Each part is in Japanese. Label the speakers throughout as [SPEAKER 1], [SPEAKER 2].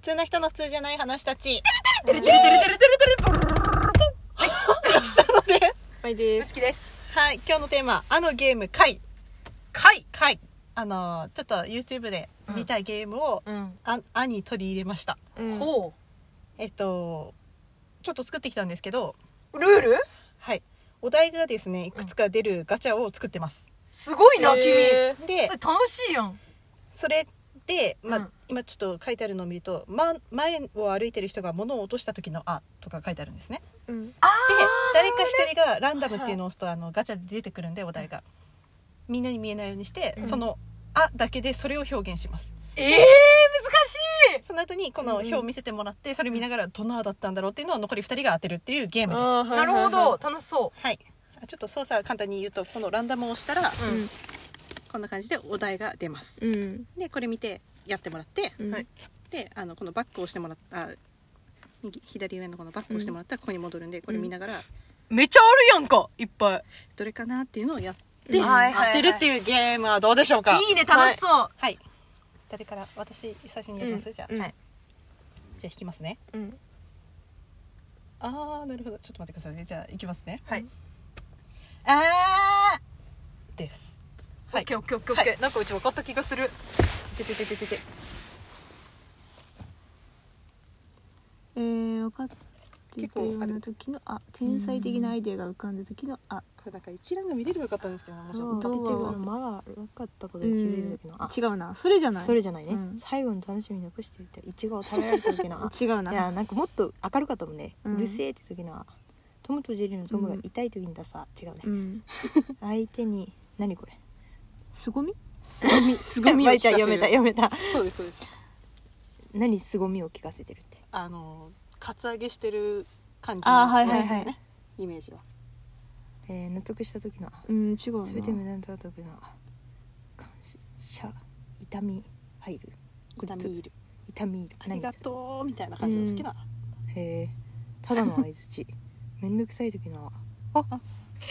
[SPEAKER 1] 通な人の普通じゃない話たち。
[SPEAKER 2] てるてるてるてるてるてるブルルルルルルルル
[SPEAKER 1] 吉田のです。
[SPEAKER 3] はいで
[SPEAKER 2] 好
[SPEAKER 3] す。
[SPEAKER 2] きです
[SPEAKER 1] はい、今日のテーマ、あのゲーム、回。
[SPEAKER 2] 回
[SPEAKER 1] 回。あのー、ちょっと YouTube で見たゲームを、
[SPEAKER 3] うん。
[SPEAKER 1] あ、あに取り入れました。
[SPEAKER 3] うん
[SPEAKER 2] ほ
[SPEAKER 1] えっと、ちょっと作ってきたんですけど、
[SPEAKER 2] うルール
[SPEAKER 1] はい。お題がですね、いくつか出るガチャを作ってます。
[SPEAKER 2] すごいな君
[SPEAKER 3] へ
[SPEAKER 1] で
[SPEAKER 2] そ、れ楽しいやん
[SPEAKER 1] それで、まあ
[SPEAKER 2] うん
[SPEAKER 1] 今ちょっと書いてあるのを見ると、ま、前を歩いてる人が物を落とした時の「あ」とか書いてあるんですね。
[SPEAKER 3] うん。
[SPEAKER 1] で誰か一人がランダムっていうのを押すとあのガチャで出てくるんでお題がみんなに見えないようにして、
[SPEAKER 2] うん
[SPEAKER 1] その「あ」だけでそれを表現します。
[SPEAKER 2] ええー、難しい
[SPEAKER 1] その後にこの表を見せてもらってそれ見ながらどんな「あ」だったんだろうっていうのを残り2人が当てるっていうゲームです。
[SPEAKER 3] あー
[SPEAKER 2] なるほど。楽しそ
[SPEAKER 1] はいあちょっと操作簡単に言うとこのランダムを押したら
[SPEAKER 2] ううん
[SPEAKER 1] こんな感じでお題が出ます。
[SPEAKER 3] うん。
[SPEAKER 1] でこれ見てやってもらって
[SPEAKER 3] うん
[SPEAKER 2] はい。
[SPEAKER 1] であのこのバックを押してもらったあ右左上のこのバックを押してもらったらここに戻るんで、これ見ながら
[SPEAKER 2] めちゃあるやんかいっぱい
[SPEAKER 1] どれかなっていうのをやって、
[SPEAKER 3] うん
[SPEAKER 2] はいはいはい
[SPEAKER 1] 当てるっていうゲームはどうでしょうか
[SPEAKER 2] いいね楽しそう
[SPEAKER 1] はい誰から私最初にやります、
[SPEAKER 3] うん
[SPEAKER 1] じゃあ、
[SPEAKER 3] うん
[SPEAKER 1] はいじゃあ引きますね
[SPEAKER 3] うん。
[SPEAKER 1] あーなるほどちょっと待ってくださいねじゃあいきますね
[SPEAKER 2] はい
[SPEAKER 1] あーです
[SPEAKER 2] オ
[SPEAKER 1] は
[SPEAKER 2] ッ
[SPEAKER 1] い
[SPEAKER 2] ケーオッケーオッケーオ
[SPEAKER 1] は
[SPEAKER 2] ッ
[SPEAKER 1] い
[SPEAKER 2] ケーなんかうち分かった気がする
[SPEAKER 1] てててててて
[SPEAKER 3] えー、分かってた
[SPEAKER 1] 結構
[SPEAKER 3] よ
[SPEAKER 1] あ
[SPEAKER 3] う
[SPEAKER 1] る
[SPEAKER 3] な時のあ天才的なアイデアが浮かんだ時のあ
[SPEAKER 1] これなんか一覧が見れればよかったんですけどもちろん
[SPEAKER 3] どうは
[SPEAKER 4] まが分かったこと
[SPEAKER 3] う
[SPEAKER 4] に
[SPEAKER 3] ん
[SPEAKER 4] 気づいた時の、あ
[SPEAKER 3] 違うなそれじゃない
[SPEAKER 4] それじゃないね、
[SPEAKER 3] うん
[SPEAKER 4] 最後の楽しみ残しておいたいちごを食べられた時のあ
[SPEAKER 3] 違うない
[SPEAKER 4] やなんかもっと明るかったもんね、
[SPEAKER 3] う
[SPEAKER 4] うんるせえって時のあトムとジェリーのトムが
[SPEAKER 3] うん
[SPEAKER 4] 痛い時に出さ、違うね、
[SPEAKER 3] うん
[SPEAKER 4] 相手に何これ
[SPEAKER 3] 凄み
[SPEAKER 4] 凄み凄
[SPEAKER 3] みを
[SPEAKER 4] まいちゃん
[SPEAKER 3] 聞かせ
[SPEAKER 4] 読
[SPEAKER 3] る
[SPEAKER 4] めた読めた
[SPEAKER 1] そうですそうです
[SPEAKER 4] 何凄みを聞かせてるって
[SPEAKER 1] あのカツアゲしてる感じ
[SPEAKER 4] あー
[SPEAKER 1] の
[SPEAKER 4] は
[SPEAKER 1] や
[SPEAKER 4] い
[SPEAKER 1] つ
[SPEAKER 4] はい
[SPEAKER 1] で
[SPEAKER 4] はい
[SPEAKER 1] すねイメージは
[SPEAKER 4] えー、納得した時のあ
[SPEAKER 3] うん違うな
[SPEAKER 4] 全て無駄にたった時のあ感謝痛み入るグッ
[SPEAKER 1] 痛
[SPEAKER 4] ド
[SPEAKER 1] みいる
[SPEAKER 4] 痛み入る
[SPEAKER 1] ありが
[SPEAKER 4] 何
[SPEAKER 1] とうみたいな感じの時の
[SPEAKER 4] へえただの相 槌めんどくさい時のあ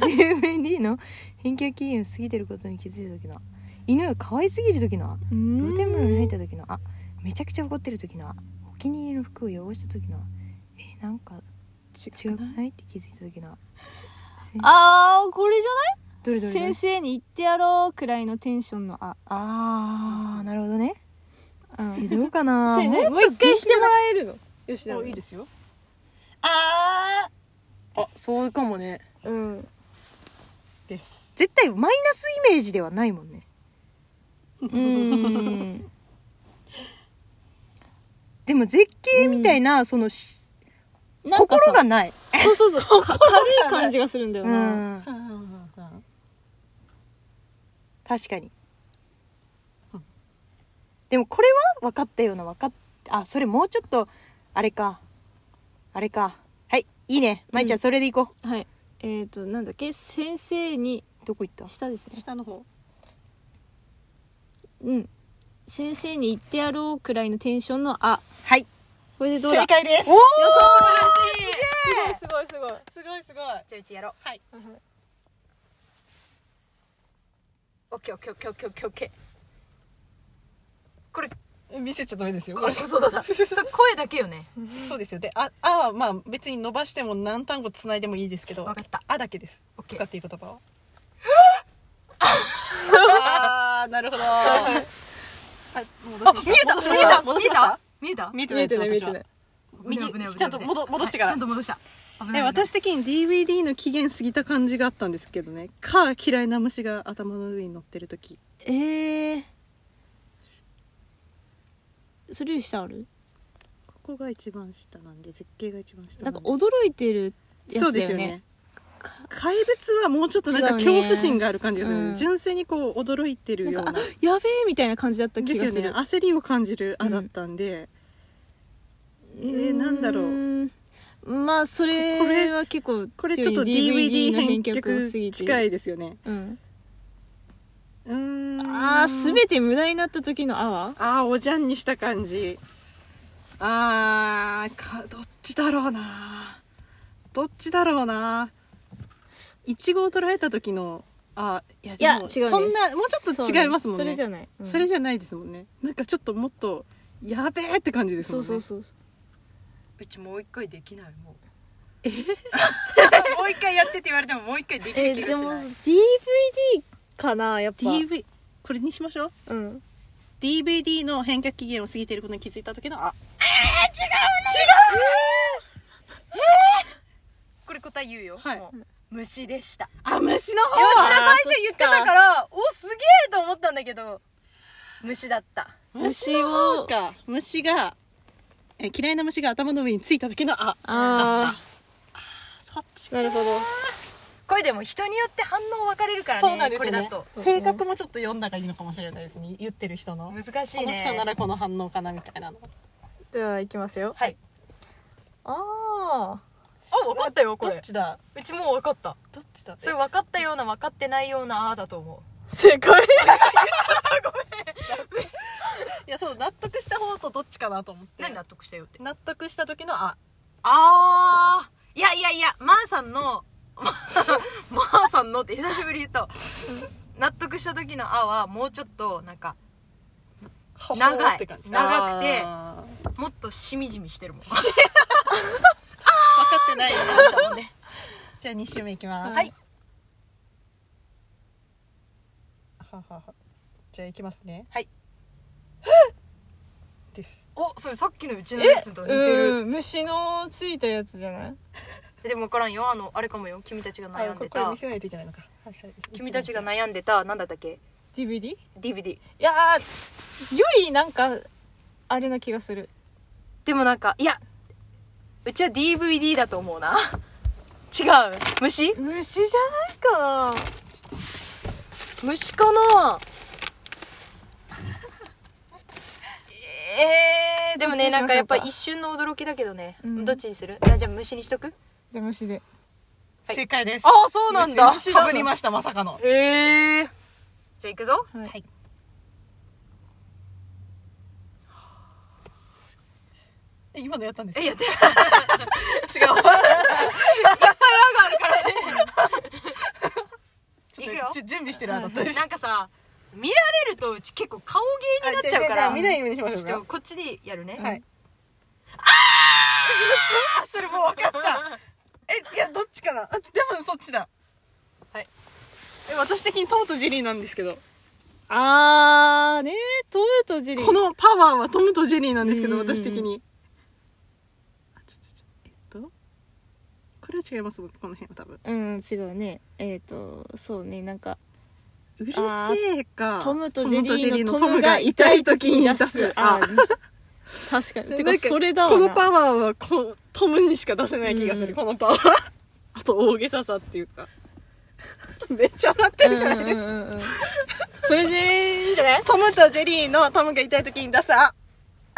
[SPEAKER 4] DVD の返却期限を過ぎてることに気づいた時の犬が可愛すぎる時の
[SPEAKER 3] う
[SPEAKER 4] 露
[SPEAKER 3] ん
[SPEAKER 4] 天風呂に入った時のあめちゃくちゃ怒ってる時のお気に入りの服を汚した時のえーなんか違
[SPEAKER 1] 違
[SPEAKER 4] く
[SPEAKER 1] くない
[SPEAKER 4] ないって気づいた時の せん
[SPEAKER 3] あーこれじゃ
[SPEAKER 4] どれど
[SPEAKER 3] ない
[SPEAKER 4] れ
[SPEAKER 3] 先生に言ってやろうくらいのテンションのあ
[SPEAKER 4] あーなるほどね
[SPEAKER 3] うん
[SPEAKER 4] えどうか な
[SPEAKER 3] そうやね
[SPEAKER 4] も
[SPEAKER 3] もう一回してもらえるの
[SPEAKER 1] 吉
[SPEAKER 3] 田の
[SPEAKER 1] いいですよ
[SPEAKER 3] あ
[SPEAKER 4] あそうかもね
[SPEAKER 3] うん
[SPEAKER 1] です
[SPEAKER 4] 絶対マイナスイメージではないもん ね
[SPEAKER 3] うん
[SPEAKER 4] でも絶景みたいな、そのし
[SPEAKER 3] なんか
[SPEAKER 4] 心
[SPEAKER 3] さ
[SPEAKER 4] がない、
[SPEAKER 3] そうそうそうか軽い感じがするんだよ
[SPEAKER 4] う
[SPEAKER 3] な、
[SPEAKER 4] ん、確かに
[SPEAKER 1] うん
[SPEAKER 4] でもこれは分かったような分かっあそれもうちょっとあれかあれかはいいいねまいちゃん、
[SPEAKER 3] うん
[SPEAKER 4] それでいこ
[SPEAKER 3] はいえっ、ー、となんだっけ先生に
[SPEAKER 4] うどこ行った
[SPEAKER 3] 下ですね
[SPEAKER 1] 下の方
[SPEAKER 3] うん先生に言ってやろうくらいのテンションのあ
[SPEAKER 4] はい
[SPEAKER 3] これでどうだ
[SPEAKER 1] 正解です
[SPEAKER 4] おお
[SPEAKER 3] すごいすごいす
[SPEAKER 1] すごいすごい
[SPEAKER 2] じゃあうちやろう
[SPEAKER 1] はい
[SPEAKER 2] オッケーオッケーオッケーオッケーオッケーオッケーこれ
[SPEAKER 1] え見せちゃダメですよ
[SPEAKER 2] これこそだなそれ声だけよね
[SPEAKER 1] そうですよで「あ」あはまあ別に伸ばしても何単語つないでもいいですけど
[SPEAKER 2] わかった
[SPEAKER 1] 「あ」だけです
[SPEAKER 2] OK
[SPEAKER 1] 使っていい言葉をあーなるほどあ
[SPEAKER 2] あ
[SPEAKER 1] 戻
[SPEAKER 2] 見
[SPEAKER 1] し
[SPEAKER 2] えた
[SPEAKER 1] ま
[SPEAKER 2] 見
[SPEAKER 1] し
[SPEAKER 2] えた
[SPEAKER 1] 戻
[SPEAKER 2] 見
[SPEAKER 1] し
[SPEAKER 2] え
[SPEAKER 1] ました
[SPEAKER 2] た見えた
[SPEAKER 1] 見えて
[SPEAKER 3] 見
[SPEAKER 1] ない
[SPEAKER 3] え
[SPEAKER 1] で
[SPEAKER 3] て
[SPEAKER 1] す
[SPEAKER 3] ない見え
[SPEAKER 1] 私
[SPEAKER 3] てない
[SPEAKER 1] は右
[SPEAKER 2] 危ない危ない危ない
[SPEAKER 1] ちゃんと戻戻してか
[SPEAKER 2] ち
[SPEAKER 1] ら
[SPEAKER 2] ゃんと戻した危ない
[SPEAKER 1] え
[SPEAKER 2] 危ない
[SPEAKER 1] 私的に DVD の期限過ぎた感じがあったんですけどね「か」嫌いな虫が頭の上に乗ってる時
[SPEAKER 3] えー、それより下ある
[SPEAKER 1] ここが一番下なんで絶景が一番下
[SPEAKER 3] なん
[SPEAKER 1] で
[SPEAKER 3] か驚いてるや
[SPEAKER 1] そう
[SPEAKER 3] つだよね
[SPEAKER 1] ですよね怪物はもうちょっとなんか
[SPEAKER 3] 違うね
[SPEAKER 1] 恐怖心がある感じがする、
[SPEAKER 3] うん
[SPEAKER 1] 純粋にこう驚いてるような
[SPEAKER 3] やべえみたいな感じだった
[SPEAKER 1] で
[SPEAKER 3] 気
[SPEAKER 1] す
[SPEAKER 3] が
[SPEAKER 1] よ
[SPEAKER 3] す
[SPEAKER 1] ね
[SPEAKER 3] る
[SPEAKER 1] 焦りを感じるあだったんで、えーなんだろう
[SPEAKER 3] うまあそ
[SPEAKER 1] ここれ
[SPEAKER 3] れは結構
[SPEAKER 1] これちょっと DVD
[SPEAKER 3] の
[SPEAKER 1] 返
[SPEAKER 3] 返却を過ぎ
[SPEAKER 1] 却
[SPEAKER 3] て
[SPEAKER 1] 近
[SPEAKER 3] い、
[SPEAKER 1] いですよね
[SPEAKER 3] うん、
[SPEAKER 1] うーん
[SPEAKER 3] ああ全て無駄になった時の「あ」は
[SPEAKER 1] あーおじゃんにした感じあーかどっちだろうなどっちだろうないちごを取られた時のあいや
[SPEAKER 3] いや
[SPEAKER 1] でも
[SPEAKER 3] 違うね
[SPEAKER 1] そんなもうちょっと違いますもんね
[SPEAKER 3] そうそれじゃない、うん
[SPEAKER 1] それじゃないですもんねなんかちょっともっとやべえって感じです
[SPEAKER 3] そ
[SPEAKER 1] もん
[SPEAKER 3] う
[SPEAKER 1] ね
[SPEAKER 3] そうそう
[SPEAKER 2] うちもう一回できないもう
[SPEAKER 4] もう一回やってって言われてももう一 回でき
[SPEAKER 3] え
[SPEAKER 4] る気
[SPEAKER 3] ー
[SPEAKER 4] がし
[SPEAKER 3] でも
[SPEAKER 4] ない
[SPEAKER 3] DVD かなやっぱ、
[SPEAKER 1] DV これにしましょう
[SPEAKER 3] うん、
[SPEAKER 1] DVD の返却期限を過ぎていることに気づいた時のあ
[SPEAKER 4] これ答え言うよ、
[SPEAKER 1] はい
[SPEAKER 4] もう虫でした
[SPEAKER 1] あ虫の方
[SPEAKER 4] 吉田最初言ってたからおすげえと思ったんだけど虫だった
[SPEAKER 1] 虫の方か虫がえ嫌いな虫が頭の上についた時のあ
[SPEAKER 3] あ
[SPEAKER 1] そっち
[SPEAKER 3] あなるほど
[SPEAKER 4] これでも人によって反応分かれるからね
[SPEAKER 1] そうなんですよね
[SPEAKER 4] これだと
[SPEAKER 3] そう
[SPEAKER 1] 性格もちょっと読んだがいいのかもしれないですね言ってる人の
[SPEAKER 4] 難しい
[SPEAKER 1] この
[SPEAKER 4] ね
[SPEAKER 1] 人ならこの反応かなみたいなの
[SPEAKER 3] ではいきますよ
[SPEAKER 4] はい
[SPEAKER 3] あ
[SPEAKER 4] あ分かったよこ
[SPEAKER 1] ど
[SPEAKER 4] れ
[SPEAKER 1] っちだ
[SPEAKER 4] うちもう分かった
[SPEAKER 1] どっちだ
[SPEAKER 4] それ分かったような分かってないようなああだと思
[SPEAKER 3] あ正解
[SPEAKER 1] いやそう納得した方とどっちかなと思って
[SPEAKER 4] う何納得したよって
[SPEAKER 1] 納得した時のあ
[SPEAKER 4] ああいやいやいやまー、さんの まーさんのって久しぶりに言ったわ納得した時の「あ」はもうちょっとなんか長い
[SPEAKER 1] って感じ
[SPEAKER 4] 長くて
[SPEAKER 1] あー
[SPEAKER 4] もっとしみじみしてるもん
[SPEAKER 1] 分かってないよね
[SPEAKER 4] まーさんもね
[SPEAKER 1] じゃあ2周目いきます
[SPEAKER 4] はい
[SPEAKER 1] はははじゃあいきますね
[SPEAKER 4] はい
[SPEAKER 1] です
[SPEAKER 4] おそれさっきのうちのやつと似てる
[SPEAKER 3] うん虫のついたやつじゃない
[SPEAKER 4] でも分からんよあのあれかもよ君たちが悩
[SPEAKER 1] あ
[SPEAKER 4] ん
[SPEAKER 1] これ
[SPEAKER 4] で
[SPEAKER 1] これ
[SPEAKER 4] た
[SPEAKER 1] 見せないといけないのか、はいはい、
[SPEAKER 4] 君たちが悩んでた何だったっけ
[SPEAKER 3] DVD? い
[SPEAKER 4] DVD
[SPEAKER 3] やーよりなんかあれな気がする
[SPEAKER 4] でもなんかいやうちは DVD だと思うな 違う虫
[SPEAKER 3] 虫じゃないかな
[SPEAKER 4] 虫かな えー、でもね
[SPEAKER 3] ど
[SPEAKER 4] な
[SPEAKER 3] っちにしましょうか
[SPEAKER 4] んかやっぱ一瞬の驚きだけどね、
[SPEAKER 3] うん
[SPEAKER 4] どっちにするいやじゃあ虫にしとく
[SPEAKER 3] じゃあ虫で
[SPEAKER 1] 正解です
[SPEAKER 4] ああそうなんだ
[SPEAKER 1] かぶりましたまさかの
[SPEAKER 4] へえー、じゃあ行くぞ
[SPEAKER 3] はい
[SPEAKER 1] え今のやったんです
[SPEAKER 4] え
[SPEAKER 1] か
[SPEAKER 4] やってる
[SPEAKER 1] 違ういっぱい輪がある
[SPEAKER 4] いくよ
[SPEAKER 1] ちょっと準備してるあだったです
[SPEAKER 4] なんかさ見られるとうち結構顔芸になっちゃうか
[SPEAKER 1] じ
[SPEAKER 4] ら
[SPEAKER 1] ゃあ見ないようにしまし
[SPEAKER 4] ちょ
[SPEAKER 1] ょ
[SPEAKER 4] っ
[SPEAKER 1] う
[SPEAKER 4] とこっちでやるね、
[SPEAKER 1] はいあそれもう分かったえいやどっちかなあでもそっちだ
[SPEAKER 4] はい
[SPEAKER 1] え私的にトムとジェリーなんですけど
[SPEAKER 3] あーねトムとジェリー
[SPEAKER 1] このパワーはトムとジェリーなんですけど
[SPEAKER 3] うんうんうん
[SPEAKER 1] 私的にあちょちょちょえっとこれは違いますもんこの辺は多分
[SPEAKER 3] うん違うねえっ、とそうねなんか
[SPEAKER 1] うるせえか
[SPEAKER 3] トムとジェ
[SPEAKER 1] トムと
[SPEAKER 3] リーの
[SPEAKER 1] の
[SPEAKER 3] トムが痛い時に出すあ
[SPEAKER 1] あ
[SPEAKER 3] 確かにて
[SPEAKER 1] なん
[SPEAKER 3] か
[SPEAKER 1] か
[SPEAKER 3] それだわ
[SPEAKER 1] こ
[SPEAKER 3] な
[SPEAKER 1] のパワーはこうトムにしか出せない気がする、
[SPEAKER 3] うん
[SPEAKER 1] このパワーあと大げささっていうか めっちゃ笑ってるじゃないですか、
[SPEAKER 3] うんうんうんうんそれでいいんじゃない
[SPEAKER 1] トムとジェリーのトムが痛い時に出すあ
[SPEAKER 4] いや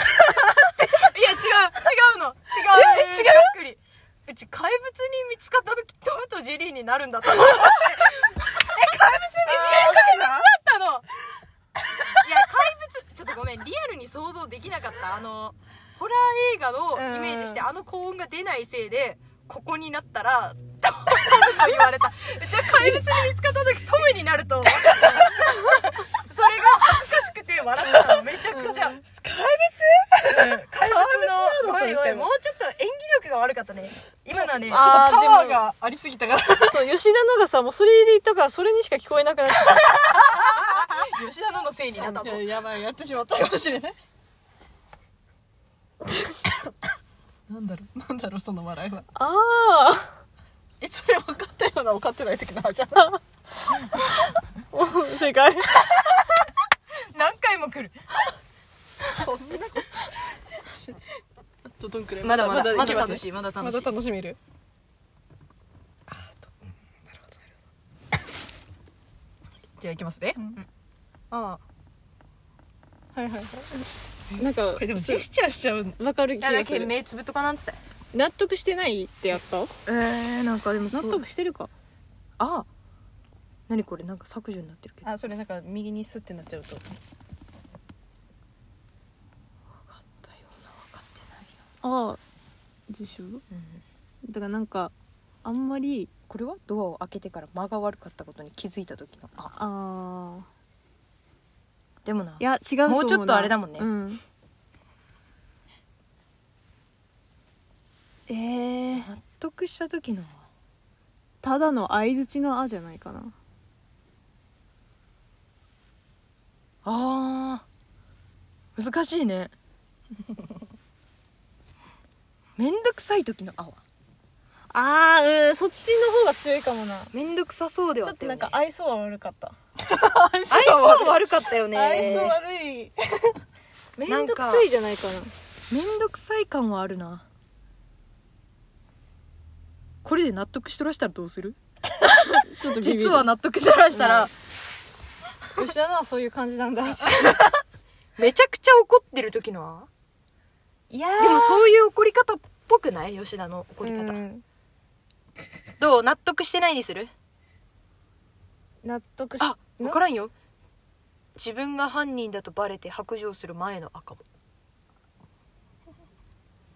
[SPEAKER 4] 違う違うの違う
[SPEAKER 1] え違う
[SPEAKER 4] うびっくりうち怪物に見つかった時トムとジェリーになるんだと 思っったのいや怪物ちょっとごめんリアルに想像できなかったあのホラー映画のイメージしてあの高音が出ないせいでここになったらトムと言われた うちは怪物に見つかった 時トムになると思ってたそれが恥ずかしくて笑ったのめちゃくちゃ
[SPEAKER 1] 怪
[SPEAKER 4] 怪物の
[SPEAKER 1] 怪物なのと
[SPEAKER 4] ごめんごめんもうちょっと演技力が悪かったね今のはね
[SPEAKER 1] 物
[SPEAKER 3] あー
[SPEAKER 1] ちょっとパワーがありすぎたから
[SPEAKER 3] そう吉田のがさもうそれで言ったからそれにしか聞こえなくなっちゃった
[SPEAKER 4] 吉田ののせいになったぞ
[SPEAKER 1] いややばいやってしまったかもしれないなんだろうなんだろうその笑いは
[SPEAKER 3] あ
[SPEAKER 1] えそれ分かったような分かってない時のあじゃあ
[SPEAKER 3] あ正解
[SPEAKER 4] 何回も来る
[SPEAKER 1] そんなことしあとどんくらい
[SPEAKER 4] まだまだま
[SPEAKER 1] いけ
[SPEAKER 4] だ
[SPEAKER 1] ます
[SPEAKER 4] 楽しいまだ
[SPEAKER 1] ま
[SPEAKER 4] 楽し
[SPEAKER 1] だ
[SPEAKER 4] い
[SPEAKER 1] 楽しめるあーとうんなるほどなるほどじゃあいきますね、あ
[SPEAKER 3] はいはいはいなんか
[SPEAKER 1] あこれでもジェスチャーしちゃうん
[SPEAKER 3] わかる気
[SPEAKER 4] なんだっ
[SPEAKER 3] が
[SPEAKER 4] け
[SPEAKER 3] する
[SPEAKER 4] 目つぶっとかなんつって
[SPEAKER 3] 納得してないってやった
[SPEAKER 4] えー、なんかでも
[SPEAKER 3] 納得してるか
[SPEAKER 4] あ何これなんか削除になってるけど
[SPEAKER 1] あそれなんか右にスってなっちゃうと
[SPEAKER 3] ああ自称だからなんかあんまり
[SPEAKER 4] これはドアを開けてから間が悪かったことに気づいた時のあ
[SPEAKER 3] ああ
[SPEAKER 4] でもない
[SPEAKER 3] や違うと思うな
[SPEAKER 4] もうちょっとあれだもんね
[SPEAKER 3] うん
[SPEAKER 2] 復した時のは
[SPEAKER 3] ただの相づちの「あ」じゃないかな
[SPEAKER 2] あー難しいねめんどくさい時の「あ」は
[SPEAKER 3] あーうんそっちの方が強いかもな
[SPEAKER 2] めんどくさそうで
[SPEAKER 3] ち
[SPEAKER 2] は
[SPEAKER 3] ょ
[SPEAKER 2] あ
[SPEAKER 3] ったと
[SPEAKER 2] よ
[SPEAKER 3] な
[SPEAKER 2] ね
[SPEAKER 3] んか愛想は悪かった
[SPEAKER 2] 愛想悪かったよね
[SPEAKER 3] 愛想悪いめんどくさいじゃないかな
[SPEAKER 2] めんどくさい感はあるなこれで納得しとらしたらどうする
[SPEAKER 3] ちょっとビビる
[SPEAKER 2] 実は納得しとらしたら、
[SPEAKER 3] 吉田のはそういう感じなんだ
[SPEAKER 4] めちゃくちゃ怒ってる時のはい
[SPEAKER 3] や
[SPEAKER 4] でもそういう怒り方っぽくない吉田の怒り方、
[SPEAKER 3] うん
[SPEAKER 4] どう納得してないにする
[SPEAKER 3] 納得し
[SPEAKER 4] あ
[SPEAKER 3] な
[SPEAKER 4] 分からんよ自分が犯人だとバレて白状する前の赤も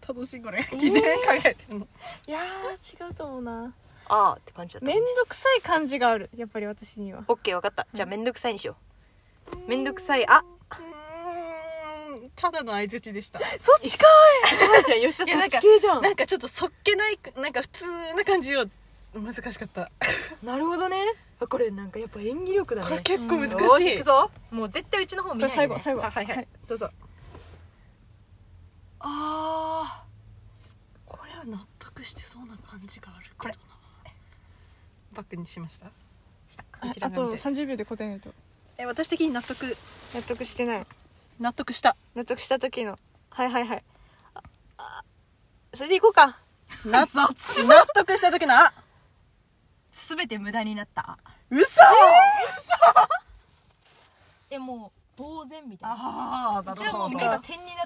[SPEAKER 1] 楽しいこれ聞いて考えて
[SPEAKER 3] いやー違うと思うな
[SPEAKER 4] ああって感じだった
[SPEAKER 3] めんどくさい感じがあるやっぱり私には
[SPEAKER 4] オッケー分かったじゃあめんどくさいにしようめんどくさいあ
[SPEAKER 1] うーんただの相づちでした
[SPEAKER 3] そっちか
[SPEAKER 4] じゃあ吉田
[SPEAKER 1] いや
[SPEAKER 4] さ
[SPEAKER 1] なんんか
[SPEAKER 4] 地形じゃん
[SPEAKER 1] なんかちょっとそっけないなんか普通な感じは難しかった
[SPEAKER 4] なるほどねあこれなんかやっぱ演技力だね
[SPEAKER 1] これ結構難しい、
[SPEAKER 4] よし行くぞもう絶対うちの方見な
[SPEAKER 3] これ
[SPEAKER 4] い
[SPEAKER 3] 最
[SPEAKER 4] よ
[SPEAKER 3] 後
[SPEAKER 4] ね
[SPEAKER 3] 最後
[SPEAKER 1] あはいはい、どうぞ
[SPEAKER 4] あ
[SPEAKER 1] これは納得してそうな感じがあるけどなバックにしました
[SPEAKER 3] ああと30秒で答えないと
[SPEAKER 1] え私的に納得
[SPEAKER 3] 納得してない
[SPEAKER 1] 納得 した
[SPEAKER 3] 納得した時のはいはいはいああそれでいこうか
[SPEAKER 1] 納得した時のあ
[SPEAKER 4] すべて無駄になった
[SPEAKER 1] 嘘
[SPEAKER 4] でも呆然みたいな
[SPEAKER 1] ああな
[SPEAKER 4] じゃあもう目
[SPEAKER 1] 目が
[SPEAKER 4] が点にな